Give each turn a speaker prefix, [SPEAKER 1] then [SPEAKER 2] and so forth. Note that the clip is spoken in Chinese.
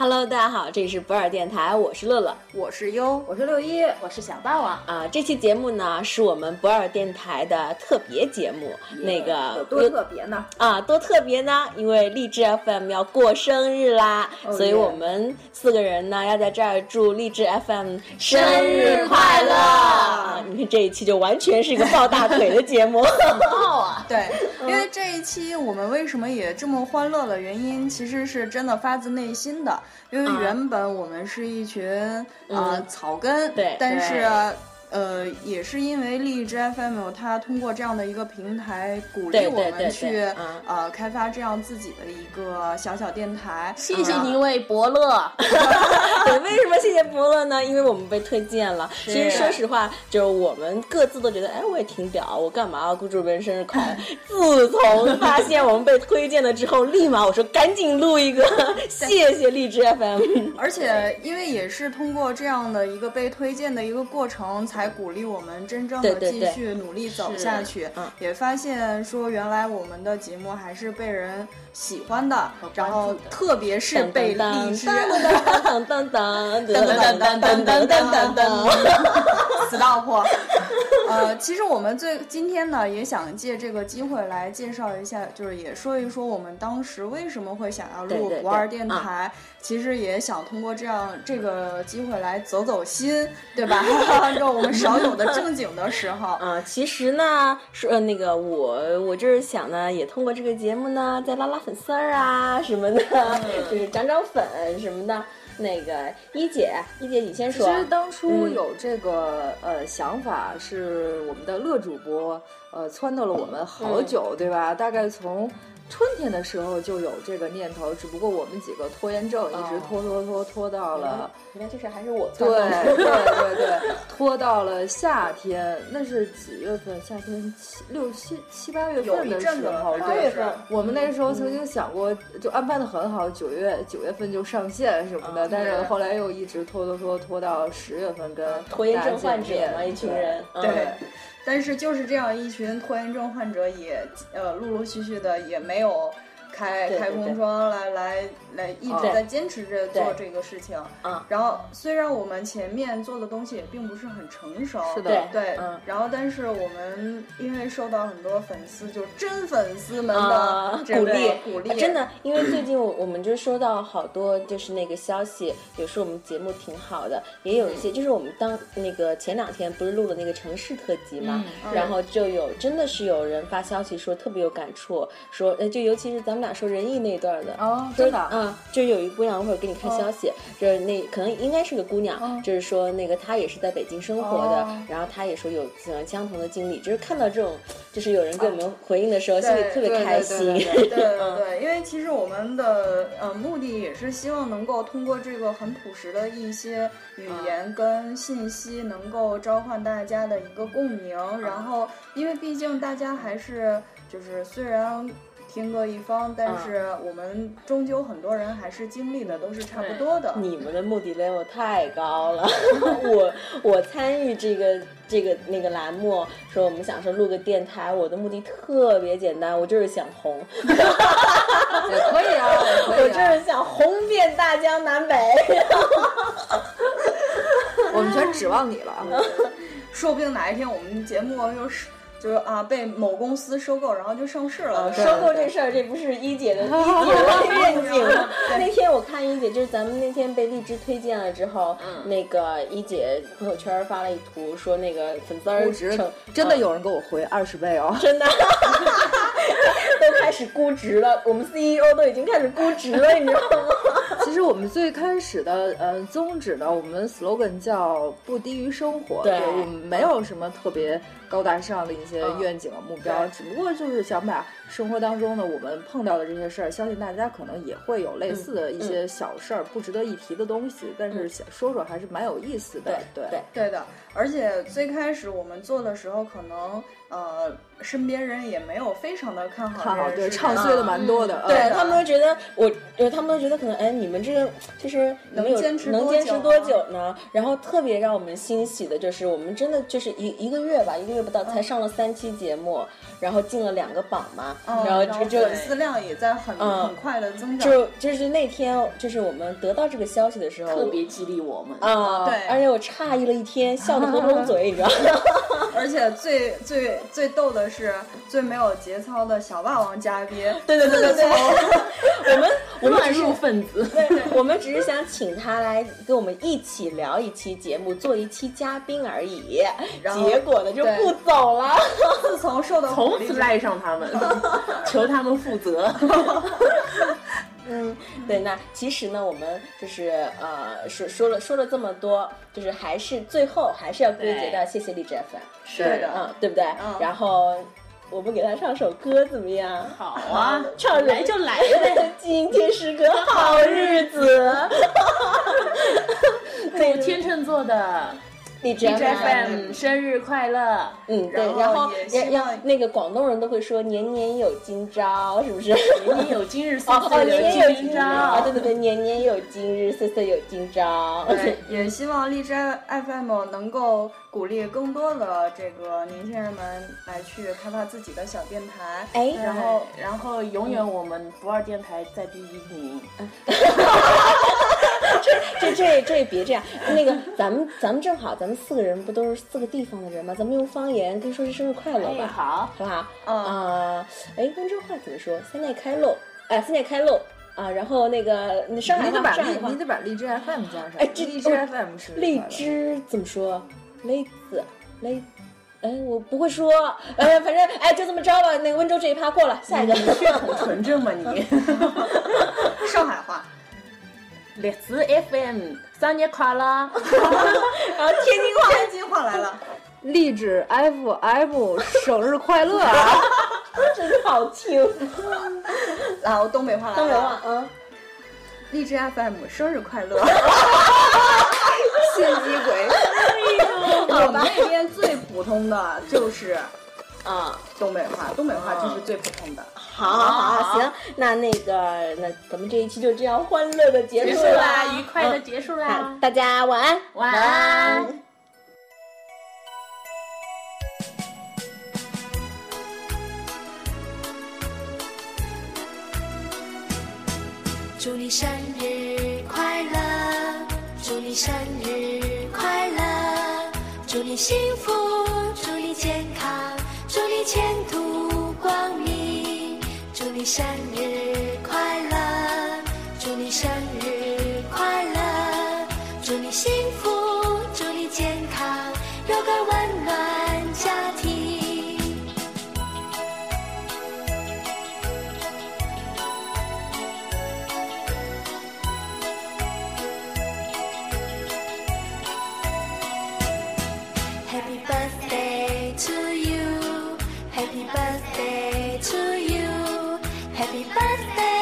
[SPEAKER 1] Hello，大家好，这里是不二电台，我是乐乐。
[SPEAKER 2] 我是优，
[SPEAKER 3] 我是六一，我是小霸王。
[SPEAKER 1] 啊、这期节目呢是我们不二电台的特别节目，那
[SPEAKER 3] 有
[SPEAKER 2] 呃
[SPEAKER 1] 个
[SPEAKER 3] 多特别呢？
[SPEAKER 1] 啊，多特别呢！因为荔枝 FM 要过生日啦
[SPEAKER 3] 哦
[SPEAKER 1] 所以
[SPEAKER 3] 耶
[SPEAKER 1] 我们四个人呢要在这儿祝荔枝 FM 生
[SPEAKER 3] 日
[SPEAKER 1] 快
[SPEAKER 3] 快乐
[SPEAKER 1] 啊你看这一期就完全是一个抱大腿的节目，
[SPEAKER 3] 哦啊，
[SPEAKER 2] 对，因为这一期我们为什么也这么欢乐的原因，其实是真的发自内心
[SPEAKER 3] 啊
[SPEAKER 2] 的，因为原本我们是一群呃
[SPEAKER 1] 嗯
[SPEAKER 2] 草根，
[SPEAKER 1] 对
[SPEAKER 2] 但是
[SPEAKER 3] 对
[SPEAKER 2] 呃也是因为荔枝 FM 它通过这样的一个平台鼓励
[SPEAKER 1] 对
[SPEAKER 2] 我
[SPEAKER 1] 对对
[SPEAKER 2] 们
[SPEAKER 1] 对
[SPEAKER 2] 去
[SPEAKER 1] 嗯
[SPEAKER 2] 呃开发这样自己的一个小小电台，啊
[SPEAKER 3] 谢谢您为伯乐。
[SPEAKER 1] 对，为什么谢谢伯乐呢？因为我们被推荐了。其实说实话，就是我们各自都觉得，哎，我也挺屌，我干嘛要祝别人生日快乐？自从发现我们被推荐了之后，立马我说赶紧录一个，谢谢荔枝 FM。
[SPEAKER 2] 而且，因为也是通过这样的一个被推荐的一个过程，才鼓励我们真正的
[SPEAKER 1] 对对
[SPEAKER 2] 继
[SPEAKER 1] 对
[SPEAKER 2] 续努力走下去。
[SPEAKER 1] 嗯
[SPEAKER 2] 也发现说，原来我们的节目还是被人喜欢的，然后特别是被荔枝。
[SPEAKER 1] 当当当当当当当当当当当。
[SPEAKER 2] 死道破。 呃，其实我们最今天呢，也想借这个机会来介绍一下，就是也说一说我们当时为什么会想要
[SPEAKER 1] 对
[SPEAKER 2] 录
[SPEAKER 1] 对
[SPEAKER 2] 不二
[SPEAKER 1] 对
[SPEAKER 2] 电台。其实也想通过这样这个机会来走走心，对吧？ 让我们少有的正经的时候。
[SPEAKER 1] 啊，其实呢，是呃那个我我就是想呢，也通过这个节目呢，再拉拉粉丝儿啊什么的，
[SPEAKER 3] 嗯
[SPEAKER 1] 就是涨涨粉什么的。那个一姐，一姐你先
[SPEAKER 3] 其
[SPEAKER 1] 说。
[SPEAKER 3] 实当初有这个、呃想法，是我们的乐主播呃撺掇了我们好久，对吧？大概从春天的时候就有这个念头，只不过我们几个拖延症一直拖拖拖拖到了。
[SPEAKER 1] 你看这事儿还是我
[SPEAKER 3] 对
[SPEAKER 1] 做的。
[SPEAKER 3] 对对对，拖到了夏天，那是几月份？夏天七六七七八月
[SPEAKER 2] 有
[SPEAKER 3] 份
[SPEAKER 2] 一
[SPEAKER 3] 的时
[SPEAKER 2] 阵子
[SPEAKER 3] 候，
[SPEAKER 2] 了，
[SPEAKER 3] 对
[SPEAKER 2] 八月份，
[SPEAKER 3] 我们那时
[SPEAKER 1] 嗯
[SPEAKER 3] 候曾经想过，就安排的很好，九月九月份就上线什么
[SPEAKER 1] 哦
[SPEAKER 3] 的，但是
[SPEAKER 2] 对
[SPEAKER 3] 后来又一直拖拖拖拖到十月份跟
[SPEAKER 1] 嗯拖延症患者
[SPEAKER 3] 大家见
[SPEAKER 1] 嘛，
[SPEAKER 3] 面
[SPEAKER 1] 一群人。
[SPEAKER 2] 对
[SPEAKER 1] 嗯
[SPEAKER 2] 呃但是就是这样一群拖延症患者也呃陆陆续续的也没有开
[SPEAKER 1] 对对
[SPEAKER 2] 开工装来来来一直
[SPEAKER 3] 对
[SPEAKER 2] 在坚持着
[SPEAKER 1] 对
[SPEAKER 2] 做这个事情。
[SPEAKER 1] 嗯
[SPEAKER 2] 然后虽然我们前面做的东西也并不是很成熟，
[SPEAKER 3] 是的
[SPEAKER 1] 对
[SPEAKER 2] 对，
[SPEAKER 1] 嗯
[SPEAKER 2] 然后但是我们因为受到很多粉丝，就是真粉丝们
[SPEAKER 1] 啊
[SPEAKER 2] 的，这
[SPEAKER 1] 鼓
[SPEAKER 2] 个
[SPEAKER 1] 励哎
[SPEAKER 2] 嗯
[SPEAKER 1] 啊
[SPEAKER 2] 鼓励，
[SPEAKER 1] 真的，因为最近我我们就收到好多就是那个消息，有说我们节目挺好的，也有一
[SPEAKER 2] 嗯
[SPEAKER 1] 些就是我们当那个前两天不是录了那个城市特辑嘛，
[SPEAKER 2] 嗯
[SPEAKER 1] 然后就有真的是有人发消息说特别有感触，说呃就尤其是咱们俩说仁义那段儿的，
[SPEAKER 3] 哦，
[SPEAKER 1] 说
[SPEAKER 3] 真的啊，
[SPEAKER 1] 嗯，就有一姑娘，会儿给你看消
[SPEAKER 3] 哦
[SPEAKER 1] 息，就是那可能应该是个姑娘，就是说那个她也是在北京生活的，
[SPEAKER 2] 哦
[SPEAKER 1] 然后她也说有呃相同的经历，就是看到这种，就是有人给我们回应的时候，心里
[SPEAKER 2] 对
[SPEAKER 1] 特别
[SPEAKER 3] 对
[SPEAKER 1] 开
[SPEAKER 3] 对
[SPEAKER 1] 心。嗯
[SPEAKER 3] 对对
[SPEAKER 2] 对 对对，因为其实我们的呃目的也是希望能够通过这个很朴实的一些语
[SPEAKER 1] 嗯
[SPEAKER 2] 言跟信息，能够召唤大家的一个共
[SPEAKER 1] 嗯
[SPEAKER 2] 鸣。然后，因为毕竟大家还是就是虽然。天各一方，
[SPEAKER 1] 嗯
[SPEAKER 2] 但是我们终究很多人还是经历的都是差不多的。
[SPEAKER 1] 你们的目的 level 太高 了，我我参与这个这个那个栏目，说我们想说录个电台，我的目的特别简单，我就是想 红，
[SPEAKER 3] 也可以啊，也
[SPEAKER 1] 我
[SPEAKER 3] 可
[SPEAKER 1] 就
[SPEAKER 3] 以啊，
[SPEAKER 1] 是想红遍大江南北。
[SPEAKER 3] 我们全指望你了啊。
[SPEAKER 1] 嗯
[SPEAKER 2] 说不定哪一天我们节目又是就是啊被某公司收购，然后就上市了。
[SPEAKER 1] 嗯收
[SPEAKER 2] 对
[SPEAKER 1] 购这事儿，这不是一姐的一姐的愿景吗？那天我看一姐，就是咱们那天被荔枝推荐了之后，那个一姐朋友圈发了一图，说那个粉丝儿
[SPEAKER 3] 估值
[SPEAKER 1] 成
[SPEAKER 3] 真的
[SPEAKER 1] 嗯
[SPEAKER 3] 有人给我回二十倍哦，
[SPEAKER 1] 真的 都开始估值了，我们 CEO 都已经开始估值了，你知道吗？
[SPEAKER 3] 其实我们最开始的呃宗旨呢，我们 slogan 叫不低于生活，
[SPEAKER 1] 对
[SPEAKER 3] 我们没有什么特别高大上的一些
[SPEAKER 1] 嗯
[SPEAKER 3] 愿景和目标，
[SPEAKER 1] 对
[SPEAKER 3] 只不过就是想把生活当中呢我们碰到的这些事儿，相信大家可能也会有
[SPEAKER 4] 嗯
[SPEAKER 3] 类似的一些小事儿，不值得一提的东西，但是想说说还是蛮有意思的，对
[SPEAKER 1] 对
[SPEAKER 2] 对的，而且最开始我们做的时候，可能呃，身边人也没有非常的看好
[SPEAKER 3] 看好
[SPEAKER 2] 这
[SPEAKER 3] 对
[SPEAKER 2] 件事情
[SPEAKER 3] 唱衰的蛮多的，
[SPEAKER 1] 对
[SPEAKER 3] 嗯
[SPEAKER 1] 他们都觉得我，呃他们都觉得可能，哎，你们们这个就是
[SPEAKER 2] 能
[SPEAKER 1] 有
[SPEAKER 2] 坚持
[SPEAKER 1] 能
[SPEAKER 2] 多
[SPEAKER 1] 坚持
[SPEAKER 2] 久
[SPEAKER 1] 多
[SPEAKER 2] 啊
[SPEAKER 1] 久呢？然后特别让我们欣喜的就是，我们真的就是一一个月吧，一个月不到才上了三期节目，然后进了两个榜嘛，
[SPEAKER 2] 嗯
[SPEAKER 1] 然后
[SPEAKER 2] 然后
[SPEAKER 1] 这就
[SPEAKER 2] 粉丝量也在很
[SPEAKER 1] 嗯
[SPEAKER 2] 很快的增长。
[SPEAKER 1] 就就是那天就是我们得到这个消息的时候，
[SPEAKER 4] 特别激励我们。
[SPEAKER 3] 呃
[SPEAKER 1] 啊，
[SPEAKER 2] 对
[SPEAKER 1] 而且我诧异了一天，笑得合不拢嘴，你知道吗？
[SPEAKER 2] 而且最最最逗的是，最没有节操的小霸王嘉宾，
[SPEAKER 1] 对对对对对， 我们我们
[SPEAKER 4] 乱
[SPEAKER 1] 只是
[SPEAKER 4] 入分 子，
[SPEAKER 1] 对，我们只是想请他来跟我们一起聊一期节目，做一期嘉宾而已。
[SPEAKER 2] 然后
[SPEAKER 1] 结果呢就
[SPEAKER 2] 对
[SPEAKER 1] 不走了，
[SPEAKER 2] 自从受到鼓
[SPEAKER 4] 从
[SPEAKER 2] 励之
[SPEAKER 4] 此
[SPEAKER 2] 后
[SPEAKER 4] 赖上他们， 求他们负 责。
[SPEAKER 1] 嗯，对，那其实呢，我们就是呃说说了说了这么多，就是还是最后还是要归结到谢谢荔枝 FM，
[SPEAKER 4] 是
[SPEAKER 2] 对的
[SPEAKER 1] 嗯，对不对？
[SPEAKER 2] 嗯
[SPEAKER 1] 然后我们给他唱首歌怎么样？
[SPEAKER 4] 好啊，
[SPEAKER 1] 唱
[SPEAKER 4] 来就来呗。
[SPEAKER 1] 今天是 个好日子，
[SPEAKER 4] 祝天秤座的
[SPEAKER 1] 荔枝
[SPEAKER 4] J
[SPEAKER 1] FM。
[SPEAKER 4] FM 生日快乐！
[SPEAKER 1] 嗯，对，
[SPEAKER 2] 然后
[SPEAKER 1] 然后
[SPEAKER 2] 也
[SPEAKER 1] 要
[SPEAKER 2] 希
[SPEAKER 1] 要
[SPEAKER 2] 望
[SPEAKER 1] 那个广东人都会说年年有今朝，是不是？
[SPEAKER 4] 年年有今日，岁
[SPEAKER 1] 哦哦，
[SPEAKER 4] 岁
[SPEAKER 1] 年年有
[SPEAKER 4] 今
[SPEAKER 1] 今
[SPEAKER 4] 朝。
[SPEAKER 1] 朝，啊对对对，年年有今日，岁岁有今朝。
[SPEAKER 2] 对，也希望荔枝 FM 能够鼓励更多的这个年轻人们来去开发自己的小电台。
[SPEAKER 1] 哎
[SPEAKER 2] 然
[SPEAKER 4] 然
[SPEAKER 2] 后
[SPEAKER 4] 后，然后永远我们不二电台在第一名。
[SPEAKER 1] 这这这也别这样，那个咱们咱们正好，咱们四个人不都是四个地方的人吗？咱们用方言跟说声生日快乐
[SPEAKER 4] 哎，
[SPEAKER 1] 吧，
[SPEAKER 4] 好，
[SPEAKER 1] 好不好？
[SPEAKER 2] 嗯，
[SPEAKER 1] 啊，哎，温州话怎么说？三代开路，哎，三代开路啊。然后那个那上海
[SPEAKER 3] 你得
[SPEAKER 1] 话，
[SPEAKER 3] 把
[SPEAKER 1] 上海
[SPEAKER 3] 荔，
[SPEAKER 1] 话
[SPEAKER 3] 你，得把荔枝 FM 加上。
[SPEAKER 1] 哎这
[SPEAKER 3] 荔枝 FM 是
[SPEAKER 1] 荔枝怎么说？雷子，雷。哎，我不会说， 哎，反正哎，就这么着吧。那个温州这一趴过了，下一个。
[SPEAKER 4] 血统纯正吗你？
[SPEAKER 2] 上海话，
[SPEAKER 4] 荔枝 FM 生日快
[SPEAKER 1] 然
[SPEAKER 4] 乐！
[SPEAKER 1] 后天津话，
[SPEAKER 2] 天津话来了，
[SPEAKER 3] 荔枝 FM 生日快乐啊！
[SPEAKER 1] 真 好听。
[SPEAKER 2] 然后啊东北话来了，
[SPEAKER 1] 东北话，嗯，
[SPEAKER 2] 荔枝 FM 生日快 乐。心机鬼，我们那边最普通的就是
[SPEAKER 1] 啊。
[SPEAKER 2] 东北话，东北话就是最普通的。
[SPEAKER 1] 好好好，好行，那那个，那咱们这一期就这样欢乐的结
[SPEAKER 4] 结
[SPEAKER 1] 束
[SPEAKER 4] 束啦，愉
[SPEAKER 1] 啦，
[SPEAKER 4] 快的结束啦
[SPEAKER 1] 啊，大家晚安，
[SPEAKER 4] 晚安。
[SPEAKER 5] 祝你生日快乐，祝你生日快乐，祝你幸福，祝你健康，祝你前途光明，祝你生日快乐，祝你生日快乐，祝你幸福，祝你健康，有个温暖家庭。Happy birthday to you. Happy birthday to you. Happy birthday